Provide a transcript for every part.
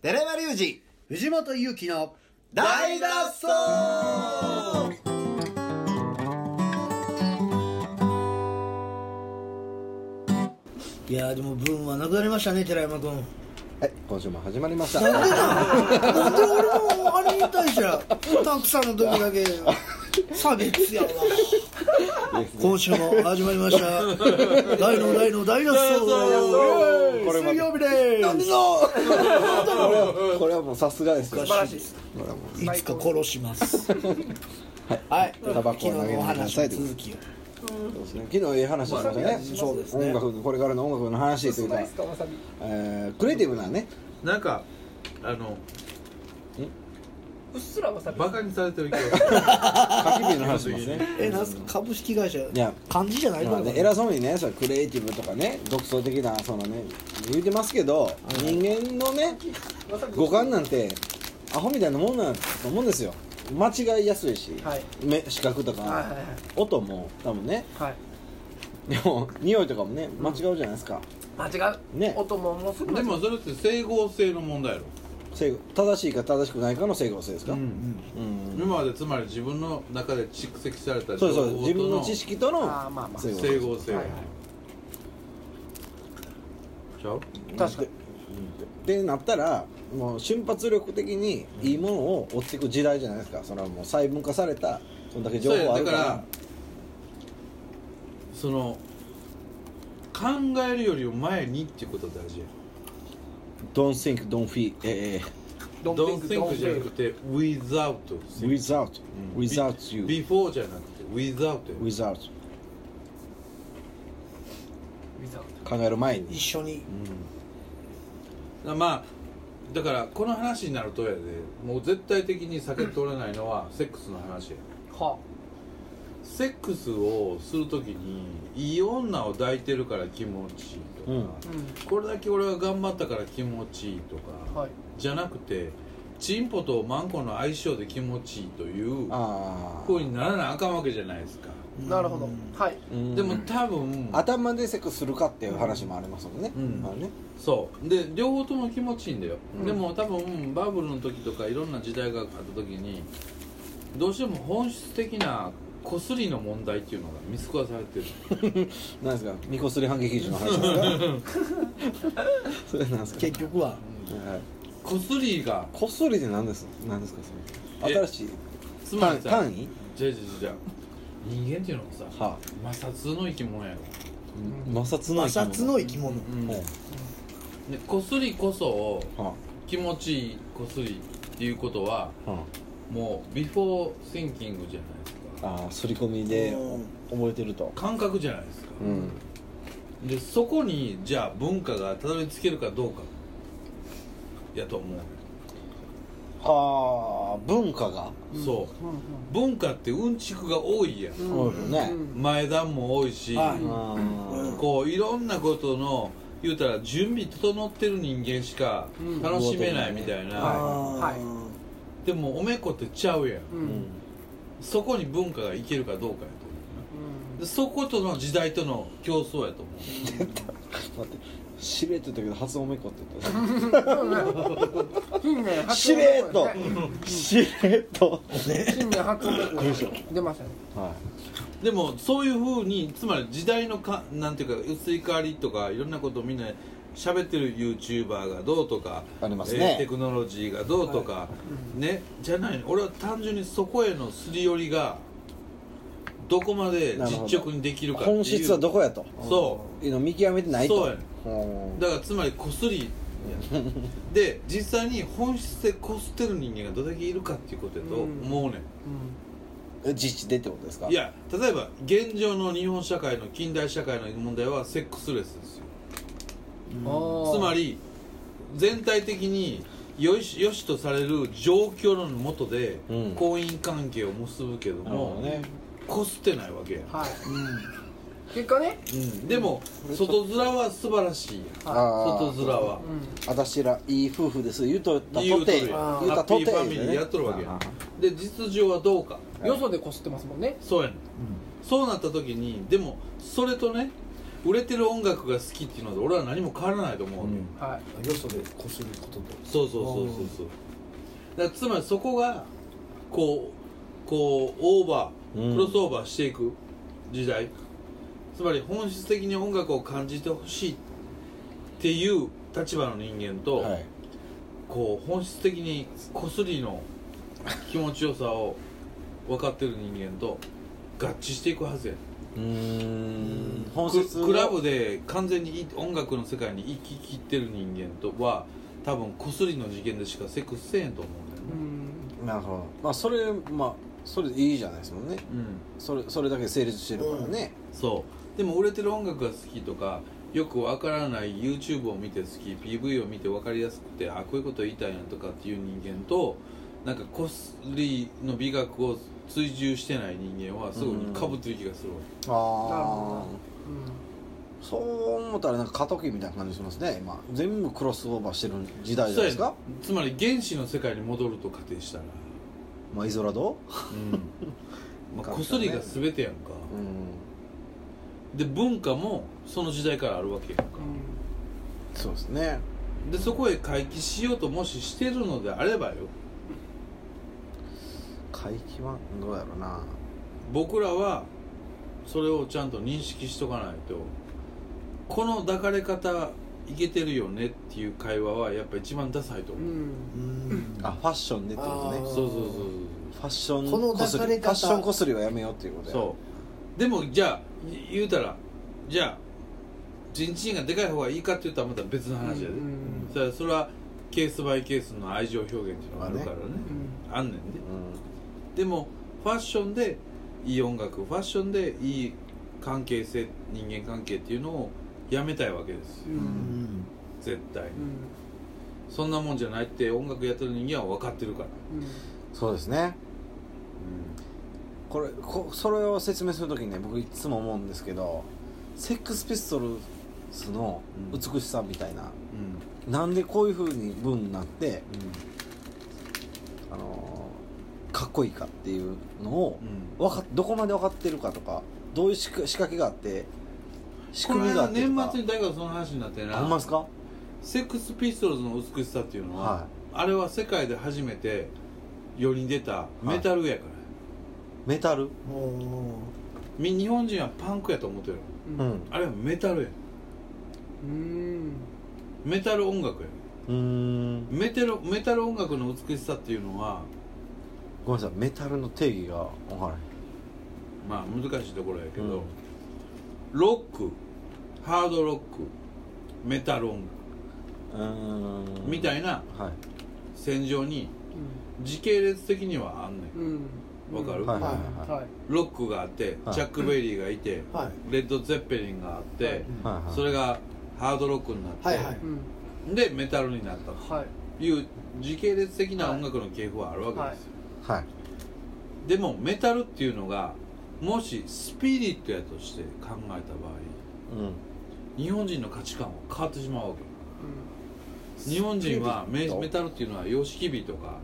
寺山隆二藤本勇樹の大脱走いやーでも分はなくなりましたね寺山君はい今週も始まりましなたんでなのなんで俺もあれに対してはたくさんの時だけ差別やわ今週も始まりました大の大の大脱走これまで水曜日ですこれはもうさすがですよ素晴らしいですいつか殺しますはいタバコを投げ昨日のおてくだ話さいのという続きをそうですね昨日ええ話でしたねそうです音ね楽これからの音楽の話というか、えークリエイティブなねなんかあのうっすらわさびバカにされてる気が書き火の話ですねえなんすか株式会社いや漢字じゃないまのあかね、な偉そうにねそれクリエイティブとかね独創的なそのね言うてますけど人間のね五感なんてアホみたいなもんなんだと思うんですよ間違いやすいし、はい目視覚とか、はいはい音も多分ねはいでも匂いとかもね間違うじゃないですか、はい間違うね音ももうすぐ間 で違うもそれって整合性の問題やろ、正誤正しいか正しくないかの整合性ですか、うん今までつまり自分の中で蓄積されたそ情うですそうです報自分の知と識とのあーまあまあ整合整合性はいはちゃう確かにでなったらもう瞬発力的にいいものを追っていく時代じゃないですかそれはもう細分化されたそんだけ情そう報やあるだかかららその考えるよりも前にっていうこと大事や Don't think, don't feel ええ Don't think じゃな fail くて without think without without you before じゃなくて without without without 考える前一に緒にやまあだからこの話になるとやでもう絶対的に避けて通れないのはセックスの話やはセックスをするときにいい女を抱いてるから気持ちいいとか、うんこれだけ俺が頑張ったから気持ちいいとか、はいじゃなくてチンポとマンコの相性で気持ちいいというあふうあにならなあかんわけじゃないですか、なるほどはいでも多分頭でセックスするかっていう話もありますもんね、うんまあねそうで両方とも気持ちいいんだよ、うんでも多分バブルの時とかいろんな時代があった時にどうしても本質的なこすりの問題っていうのが見過ごされてるなんですかみこすり反撃術の話ですかそれなんですか結局ははいこすりがこっそりで何です何ですかそれえ新しいつま単りさ単位じゃじゃじゃ人間っていうのはさ、はあ摩擦の生き物やろ摩擦の摩生き物擦の生き物うんはでこすりこそあは気持ちいいこすりっていうことはあはもうビフォーシンキングじゃないですかああー刷り込みでうん覚えてると感覚じゃないですか、うんでそこにじゃあ文化がたどり着けるかどうかやと思う、はあ文化がそう、文化ってうんちくが多いやん、そうですね前段も多いし、はいあーこういろんなことの言うたら準備整ってる人間しかうん楽しめないみたいな、あーでもおめこってちゃうやんううんんそこに文化がいけるかどうかやと思うでそことの時代との競争やと思う待ってしれっと言ったけど初おめこって言った 近年初しれっとしれっと近年初出ましたねはでもそういうふうにつまり時代のかなんていうか移り変わりとかいろんなことをみんな喋ってる YouTuber がどうとかありますねえーテクノロジーがどうとか、ねじゃない俺は単純にそこへのすり寄りがどこまで実直にできるいかっていう本質はどこやとそういうのを見極めてないとそうやねうんだからつまりこす りやんで実際に本質でこすってる人間がどれだけいるかっていうことやと思うねえ実地でってことですかんいや例えば現状の日本社会の近代社会の問題はセックスレスですよつまりり全体的によしよしとされる状況のもとでうん婚姻関係を結ぶけどなるほもどねこすってないわけやん、はい結果ねうんでも外面は素晴らしいやんあー外面は私らいい夫婦です言うとった言とうとてるやん言うハッたピとーてファミリーやっとるわけやあんで実情はどうかよそでこすってますもんねそうやねん、そうなった時にでもそれとね売れてる音楽が好きっていうのと俺は何も変わらないと思うわけ、うんはよそでこすることとそうそうそうそうそうだからつまりそこがこうこうオーバうんークロスオーバーしていく時代、つまり本質的に音楽を感じてほしいっていう立場の人間と、はいこう本質的にこすりの気持ちよさを分かってる人間と合致していくはずやうーん本質ククラブで完全にい音楽の世界に行ききってる人間とは多分こすりの次元でしかセックスせえへんと思うんだよい。うねん。なるほどまあそれまあそれいいじゃないですもんねうんそれそれだけ成立してるからね、そうでも売れてる音楽が好きとかよくわからない YouTube を見て好き PV を見て分かりやすくてあこういうこと言いたいなとかっていう人間となんかこすりの美学を追求してない人間はすごいかぶってる気がするわなるああほそう思ったらなんか過渡期みたいな感じしますね今全部クロスオーバーしてる時代じゃないですそうやかねつまり原始の世界に戻ると仮定したらまあイゾラドうんまあ昔はねこすりが全てやんかうんで文化もその時代からあるわけやんかうん。そうですねでそこへ回帰しようともししてるのであればよ回帰はどうやろうな僕らはそれをちゃんと認識しとかないとこの抱かれ方いけてるよねっていう会話はやっぱ一番ダサいとう思う、ん。うんあファッションでってことねあーそうそうそうファッションこの抱かれ方ファッションこすりはやめようっていうことそうやそうでもじゃあい言うたらじゃあチンチンがでかい方がいいかって言ったらまた別の話やで、うんそれはそれはケースバイケースの愛情表現っていうのがあるからねあんねんででもファッションでいい音楽ファッションでいい関係性人間関係っていうのをやめたいわけですう。ようんん絶対にうん。そんなもんじゃないって音楽やってる人間は分かってるから、そうですねこれこそれを説明するときにね僕いつも思うんですけどセックスピストルスの美しさみたいな、うんなんでこういうふうに文になって、うんあのーかっこいいかっていうのをうんわかどこまで分かってるかとかどういう仕掛仕掛けがあって仕組みがあってとこの間年か末に大学その話になってほんまでなすかセックスピストルズの美しさっていうのは、はあれは世界で初めて世に出たメタルやから、メタルもみ日本人はパンクやと思ってるううんん。あれはメタルやうん。メタル音楽やうーんメタルメタル音楽の美しさっていうのはごめんなさいメタルの定義が分からへんまあ難しいところやけど、うんロックハードロックメタル音楽うーんみたいなはい戦場に時系列的にはあんねんうん。わかる、はいはいうんはいはい。ロックがあって、はいチャック・ベイリーがいて、うはレッド・ゼッペリンがあって、はいはいはいそれがハードロックになって、はいはいうん。でメタルになったとはい。いう時系列的な音楽の系譜はあるわけですよ、はいでもメタルっていうのがもしスピリットやとして考えた場合うん日本人の価値観は変わってしまうわけ日本人はメメタルっていうのは様式美とか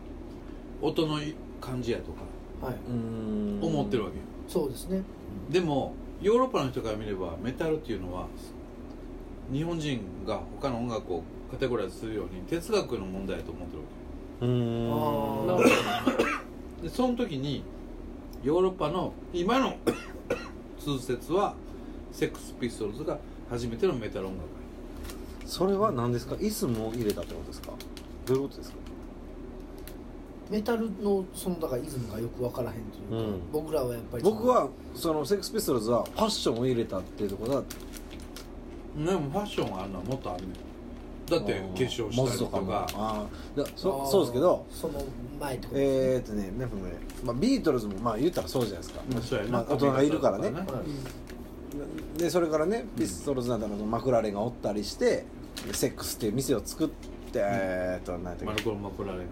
音の感じやとかいはい思ってるわけけよ、そうですねでもヨーロッパの人から見ればメタルっていうのは日本人が他の音楽をカテゴライズするように哲学の問題やと思ってるわうーんうん。なあるほど。けでその時にヨーロッパの今の 通説はセックスピストルズが初めてのメタル音楽やそれは何ですかイスムを入れたってことですかどういうことですかメタルのそのだからイズムがよく分からへんというか、うん僕らはやっぱり僕はそのセックスピストルズはファッションを入れたっていうところだでもファッションはあるのはもっとあるねだって化粧したりとかモズもあーだあそーそうですけどその前ってことですね、えーっとねなんかね、まあ、ビートルズもまあ言ったらそうじゃないですか、まあそうやなまあ、大人がいるからねはいでそれからねピストルズなんだのマクラーレンがおったりして、セックスっていう店を作って、えーっと何やマっルけコル・マクラーレンね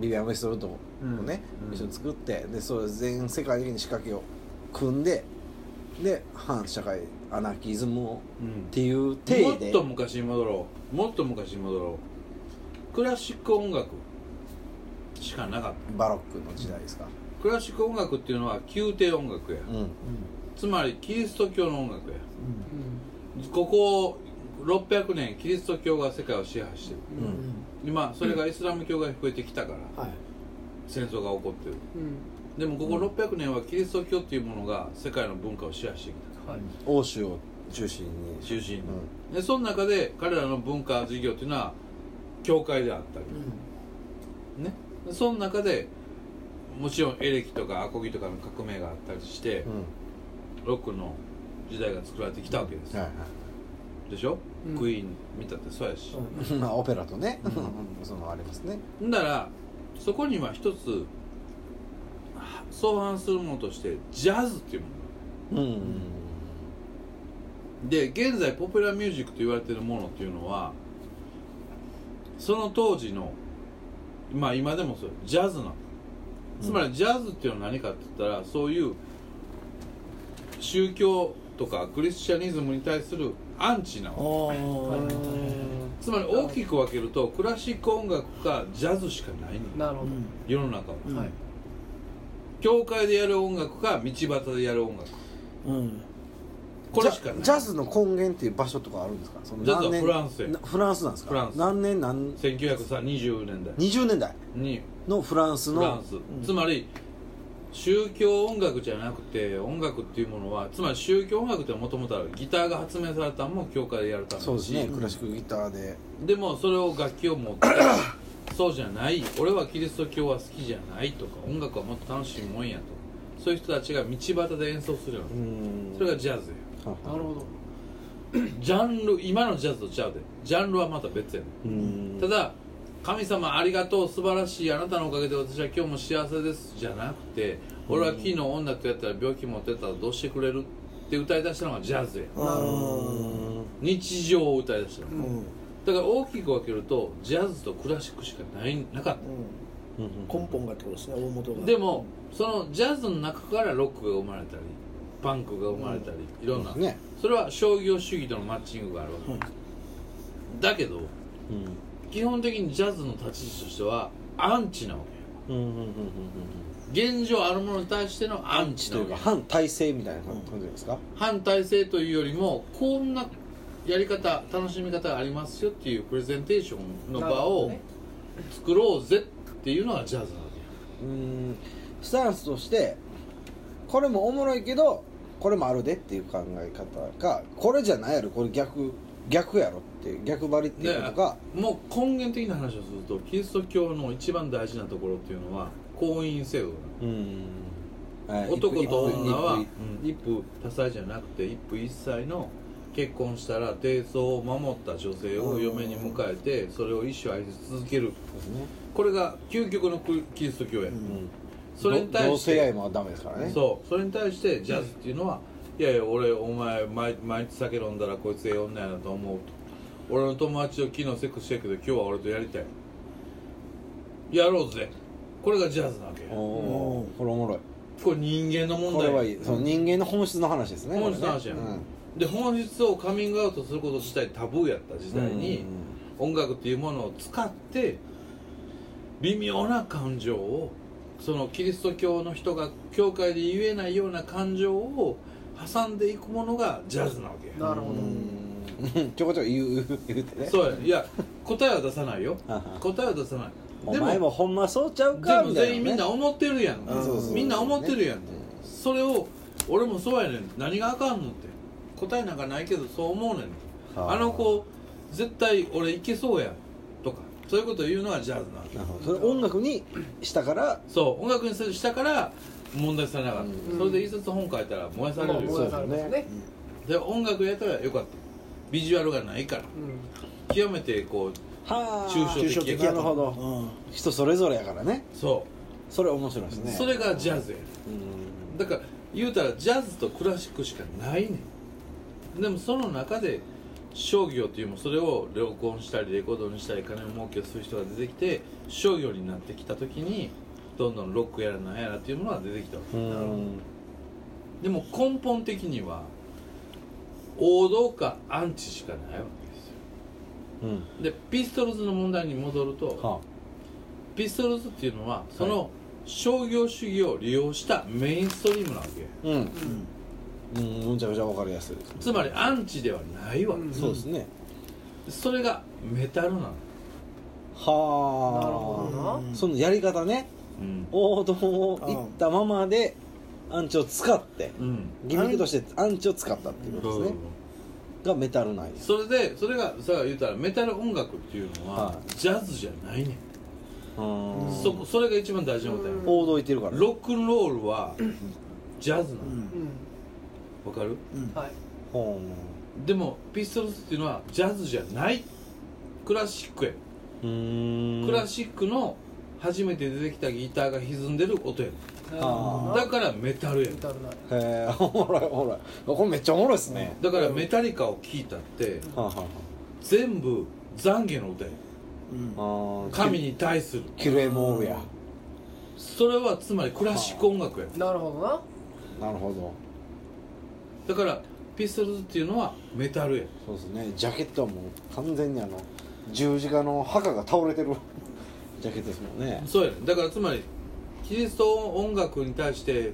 ビビアン・ウェストルードをね、うん一緒に作ってでそれ全世界的に仕掛けを組んでで反社会アナキズムをうんっていう体もっでと昔に戻ろうもっと昔に戻ろうクラシック音楽しかなかっバロックの時代ですか、たクラシック音楽っていうのは宮廷音楽やうんうつまりキリスト教の音楽やここ600年キリスト教が世界を支配してるうんうん今それがイスラム教が増えてきたからはい戦争が起こってるうんでもここ600年はキリスト教っていうものが世界の文化を支配してきはい欧州を中心たに中心に、でその中で彼らの文化事業っていうのは教会であったりねでその中でもちろんエレキとかアコギとかの革命があったりしてうん、ロックの時代が作られてきたわけです、はいでしょ、うんクイーン見たってそうやし、はいまあオペラとね、 そのありますねんならそこには一つは相反するものとしてジャズっていうものがうんあるで現在ポピュラーミュージックと言われてるものっていうのはその当時のまあ今でもそうジャズなのつまりジャズっていうのは何かって言ったらそういう宗教とかクリスチャニズムに対するアンチなあのうんつまり大きく分けるとクラシック音楽かジャズしかないのなるほど世の中はあはい教会でやる音楽か道端でやる音楽うんこれしかジなャいジャズの根源っていう場所とかあるんですかそのジャズは何年フランスやなフランスなんですかフランス何年何1920年代20年代にのフランスフのランス、つまり宗教音楽じゃなくて音楽っていうものはつまり宗教音楽ってもともとあるギターが発明されたのも教会でやるためだしそうですね、クラシックギターででもそれを楽器を持って そうじゃない俺はキリスト教は好きじゃないとか音楽はもっと楽しいもんやとそういう人たちが道端で演奏するよううなそんれがジャズやなるほどジャンル今のジャズとちゃうでジャンルはまた別やねんうんただ神様ありがとう素晴らしいあなたのおかげで私は今日も幸せですじゃなくて俺は昨日女とやったら病気持ってたらどうしてくれるって歌い出したのがジャズや日常を歌い出したのうんだから大きく分けるとジャズとクラシックしかないなかっうん根本がってことですね大元たがでもそのジャズの中からロックが生まれたりパンクが生まれたりいろんなねそれは商業主義とのマッチングがあるわけ、うんだけどうん基本的にジャズの立ち位置としてはアンチなわけようんうんうんうん現状あるものに対してのアンチとといいううかか反体制みたいな感じですか反体制というよりもこんなやり方楽しみ方がありますよっていうプレゼンテーションの場をなる作ろうぜっていうのがジャズなわうんスタンスとしてこれもおもろいけどこれもあるでっていう考え方かこれじゃないやろこれ逆逆やろっていう逆張りってけいうことかでもう根源的な話をするとキリスト教の一番大事なところっていうのは婚姻制度なのうんはい男と女は一一夫多妻じゃなくて一夫一妻の結婚したら貞操を守った女性を嫁に迎えてそれを一生愛し続ける夫ですねこれが究極のクキリスト教や、うんそれに対して同性愛もダメですからねそうそれに対してジャズっていうのは、いやいや俺お前毎毎日酒飲んだらこいつええ女やなと思うと俺の友達と昨日セックスしてるけど今日は俺とやりたいやろうぜこれがジャズなわけおよおーこれおもろいこれ人間の問これ題はいいその人間の本質の話ですね本質の話やん、で本質をカミングアウトすること自体タブーやった時これね代に、音楽っていうものを使って微妙な感情をそのキリスト教の人が教会で言えないような感情を挟んでいくものがジャズなわけなるうほどんうんちょこちょこ言う言うてねそうやいや答えは出さないよはは答えは出さないおで前ももほんまそうちゃうでかもみたいな全員ねみんな思ってるやんうんそうそうみんな思ってるやんうんそれを俺もそうやねん何があかんのって答えなんかないけどそう思うねんあーあの子絶対俺いけそうやとかそういうこと言うのがジャズなわけなるほどそれ音楽にしたからそう音楽にしたから問題されなかった、うんそれで一冊本書いたら燃やされまあるよ、燃そうですねで音楽やったらよかったビジュアルがないからうん極めてこうはあ抽象的抽象的なるほどうん人それぞれやからねそそれ面白いですう、ねそれがジャズやうんだから言うたらジャズとクラシックしかないねんでもその中で商業っていうもそれを録音したりレコードにしたり金儲けをする人が出てきて商業になってきた時にどんどんロックやらなんやらっていうものが出てきたわけうんでも根本的には王道かアンチしかないわけですようんでピストルズの問題に戻ると、はピストルズっていうのはその商業主義を利用したメインストリームなわけあうんうんむちゃくちゃわかりやすいつまりアンチではないわ、うんそうですねそれがメタルなの、はあなるほどなうんそのやり方ねうん王道を行ったままでアンチを使ってうんギミックとしてアンチを使ったっていうことですねがメタルナイズそれでそれがさ言ったらメタル音楽っていうのは、はジャズじゃないねん、うんそこそれが一番大事なことや、うん王道行ってるからねロックンロールはジャズなうのわ、んかるうんはいほでもピストルズっていうのはジャズじゃないクラシックや、ううんクラシックの初めて出てきたギターが歪んでる音やなるあほどだなからメタルやメタルないへえおもろいおもろいこれめっちゃおもろいっすねだからメタリカを聴いたってはあはあは全部懺悔の歌やうんああー神に対するキルエモールやそれはつまりクラシック音楽やなるほどななるほだどからピストルズっていうのはメタルやそうですねジャケットはもう完全にあの十字架の墓が倒れてる ジャケットですもんねそうやねだからつまりキリスト音楽に対して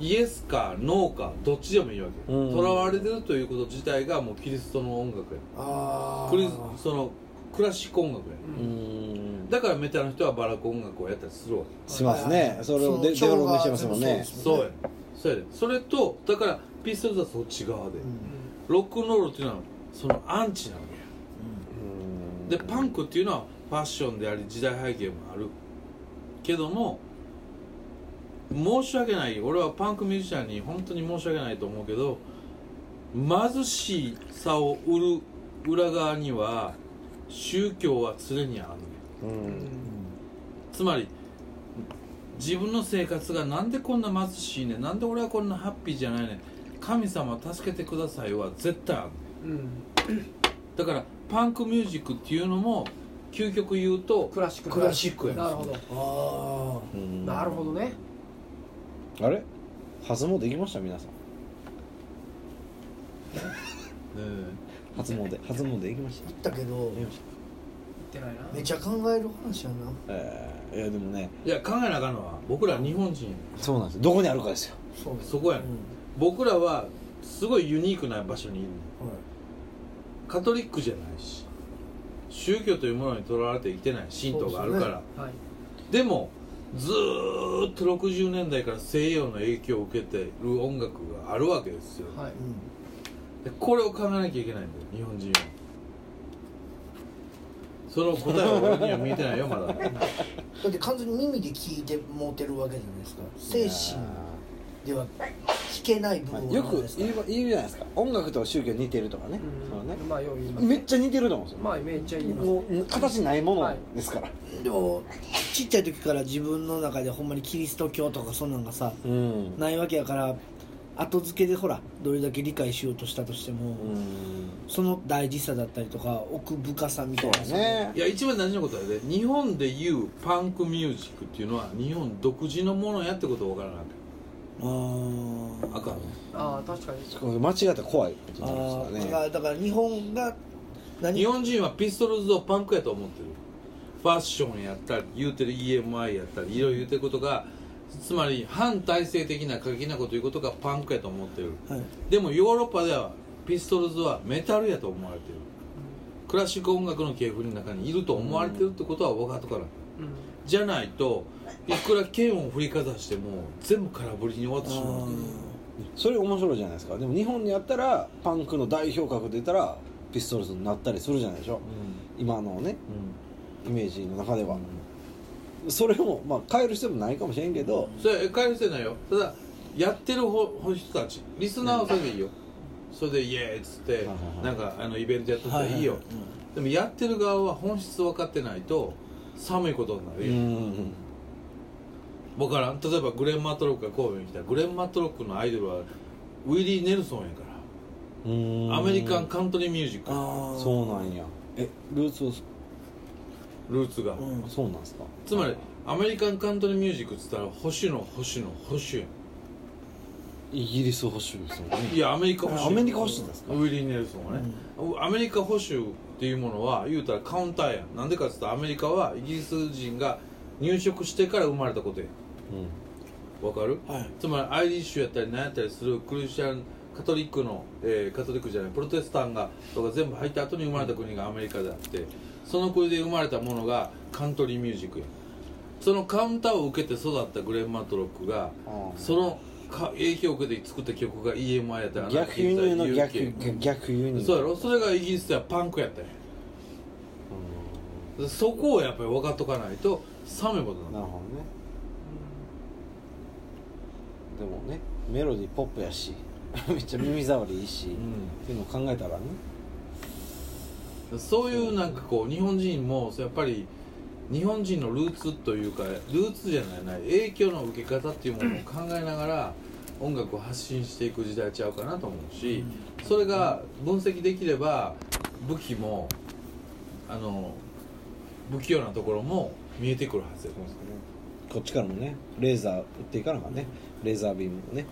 イエスかノーかどっちでもいいわけうんとらわれてるということ自体がもうキリストの音楽やあクリスそのクラシック音楽やうーんだからメタルの人はバラック音楽をやったりするわけしますねそれをデデそベのロップメントしてますもんねそうやねそうやねそれとだからピストルズはそっち側で、うんロックンロールっていうのはそのアンチなわけやでパンクっていうのはファッションであり時代背景もあるけども申し訳ない俺はパンクミュージシャンに本当に申し訳ないと思うけど貧しさを売る裏側には宗教は常にあるねうんうんつまり自分の生活がなんでこんな貧しいねんなんで俺はこんなハッピーじゃないねん神様助けてくださいは絶対あるうんだからパンクミュージックっていうのも究極言うとクラシッククラシックやんなるほどあうんなるほどねあれ初詣できました皆さんうん初詣初詣できましたあだけど行きました言ってないなめちゃ考える話やなえーいやでもねいや考えなあかんのは僕ら日本人やそうなんですどこにあるかですよそうそこやね、僕らはすごいユニークな場所にいるねカトリックじゃないし宗教というものにとらわれて生きてない神道があるからはいで,、もずーっと60年代から西洋の影響を受けてる音楽があるわけですよ、はいでこれを考えなきゃいけないんだよ日本人はその答えは俺には見えてないよまだだって完全に耳で聞いて持てるわけじゃないですか精神では聞けない部まあ分よくですか言う言うじゃないですか音楽と宗教似てるとかねうんそうねまあよう言いますめっちゃ似てると思うんですよまあめっちゃ言いますもう形ないものですから、でもちっちゃい時から自分の中でほんまにキリスト教とかそんなんがさうんないわけやから後付けでほらどれだけ理解しようとしたとしても、うんその大事さだったりとか奥深さみたいなそうねいや一番大事なことはね日本でいうパンクミュージックっていうのは日本独自のものやってことを分からなあーあかんねああ確かにこれ間違って怖いことあなんですーだかかねらだから日本が何日本人はピストルズをパンクやと思ってるファッションやったり言うてる EMI やったりいろいろ言うてることがつまり反体制的な過激なこということがパンクやと思ってるはい、でもヨーロッパではピストルズはメタルやと思われてるクラシック音楽の系譜の中にいると思われてるってことは分かっとからうんじゃないといくら剣を振りかざしても全部空振りに終わってしまうそれ面白いじゃないですかでも日本にやったらパンクの代表格で言ったらピストルズになったりするじゃないでしょ今のねイメージの中では、それをまあ変える必要もないかもしれんけど、それ返る必要ないよただやってるほほ人たちリスナーはそれでいいよそれでイエーイっつってはいはいなんかあのイベントやっとったらいいよでもやってる側は本質分かってないと寒いことになうるよん分からん例えばグレン・マトロックが神戸に来たグレン・マトロックのアイドルはウィリー・ネルソンやかうんらアメリカンカントリーミュージックああそうなんやえルーツをルーツが、うんそうなんですかつまりアメリカンカントリーミュージックっつったら保守の保守の保守やんイギリス保守ですよねいやアメリカ保守アメリカ保守ですかウィリー・ネルソンはね、アメリカ保守っていうものは言うたらカウンターやんなんでかっつったらアメリカはイギリス人が入植してから生まれたことやんわかるはいつまりアイリッシュやったり何やったりするクリスチャンカトリックの、えーカトリックじゃないプロテスタンがとか全部入った後に生まれた国がアメリカであってその国で生まれたものがカントリーミュージックやそのカウンターを受けて育ったグレン・マトロックがそのか影響を受けて作った曲が EMI やったら逆輸入の逆 UK 逆輸入そうやろそれがイギリスではパンクやったんやそこをやっぱり分かっとかないと冷めことにうんななるるほどねでもねメロディーポップやしめっちゃ耳障りいいし、っていうのを考えたらねうんそういうなんかこう日本人もそうやっぱり日本人のルーツというかルーツじゃないない影響の受け方っていうものを考えながら音楽を発信していく時代ちゃうかなと思うしそれが分析できれば武器もあの不器用なところも見えてくるはずやこっちからもねレーザー打っていかなあかんねレーザービームをね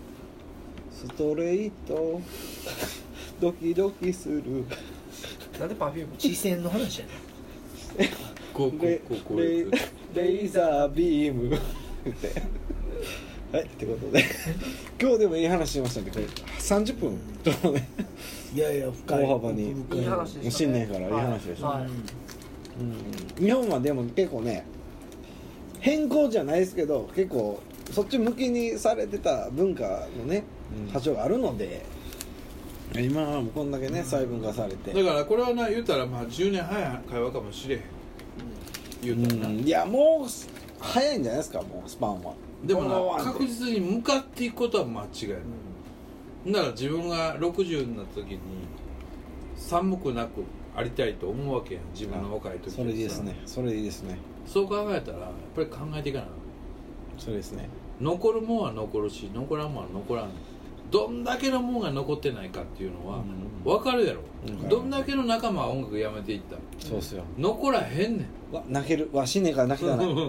ストレートドキドキするなんでパフューム視線の話やねこうこうレこうこうレいうやつレーザービームってはいってことで今日でもいい話しましたんでこれ30分ちょっとねいやいや深い大幅に深いいい話でしたね新年からいい話でしたはいはいうん日本はでも結構ね変更じゃないですけど結構そっち向きにされてた文化のねうん波長があるので、今はもうこんだけね細分化されて、だからこれはな言うたらまあ10年早い会話かもしれへん言うたらな、うんいやもう早いんじゃないですかもうスパンはでもこのまなま確実に向かっていくことは間違いない、だから自分が60になった時に寒くなくありたいと思うわけやん自分の若い時それいいですねそれいいですねそう考えたらやっぱり考えていかないそれですね残るもんは残るし残らんもんは残らんどんだけのもんが残ってないかっていうのはうん分かるやろ、わかるどんだけの仲間は音楽やめていったそうっすよ残らへんねんわ泣けるわ新年から泣 き たないうんほ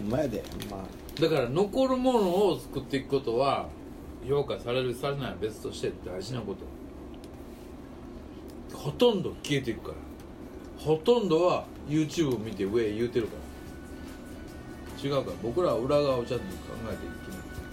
んまやでまあだから残るものを作っていくことは評価されるされないは別として大事なことほとんど消えていくからほとんどは YouTube を見て上へ言うてるから違うから僕らは裏側をちゃんと考えていきな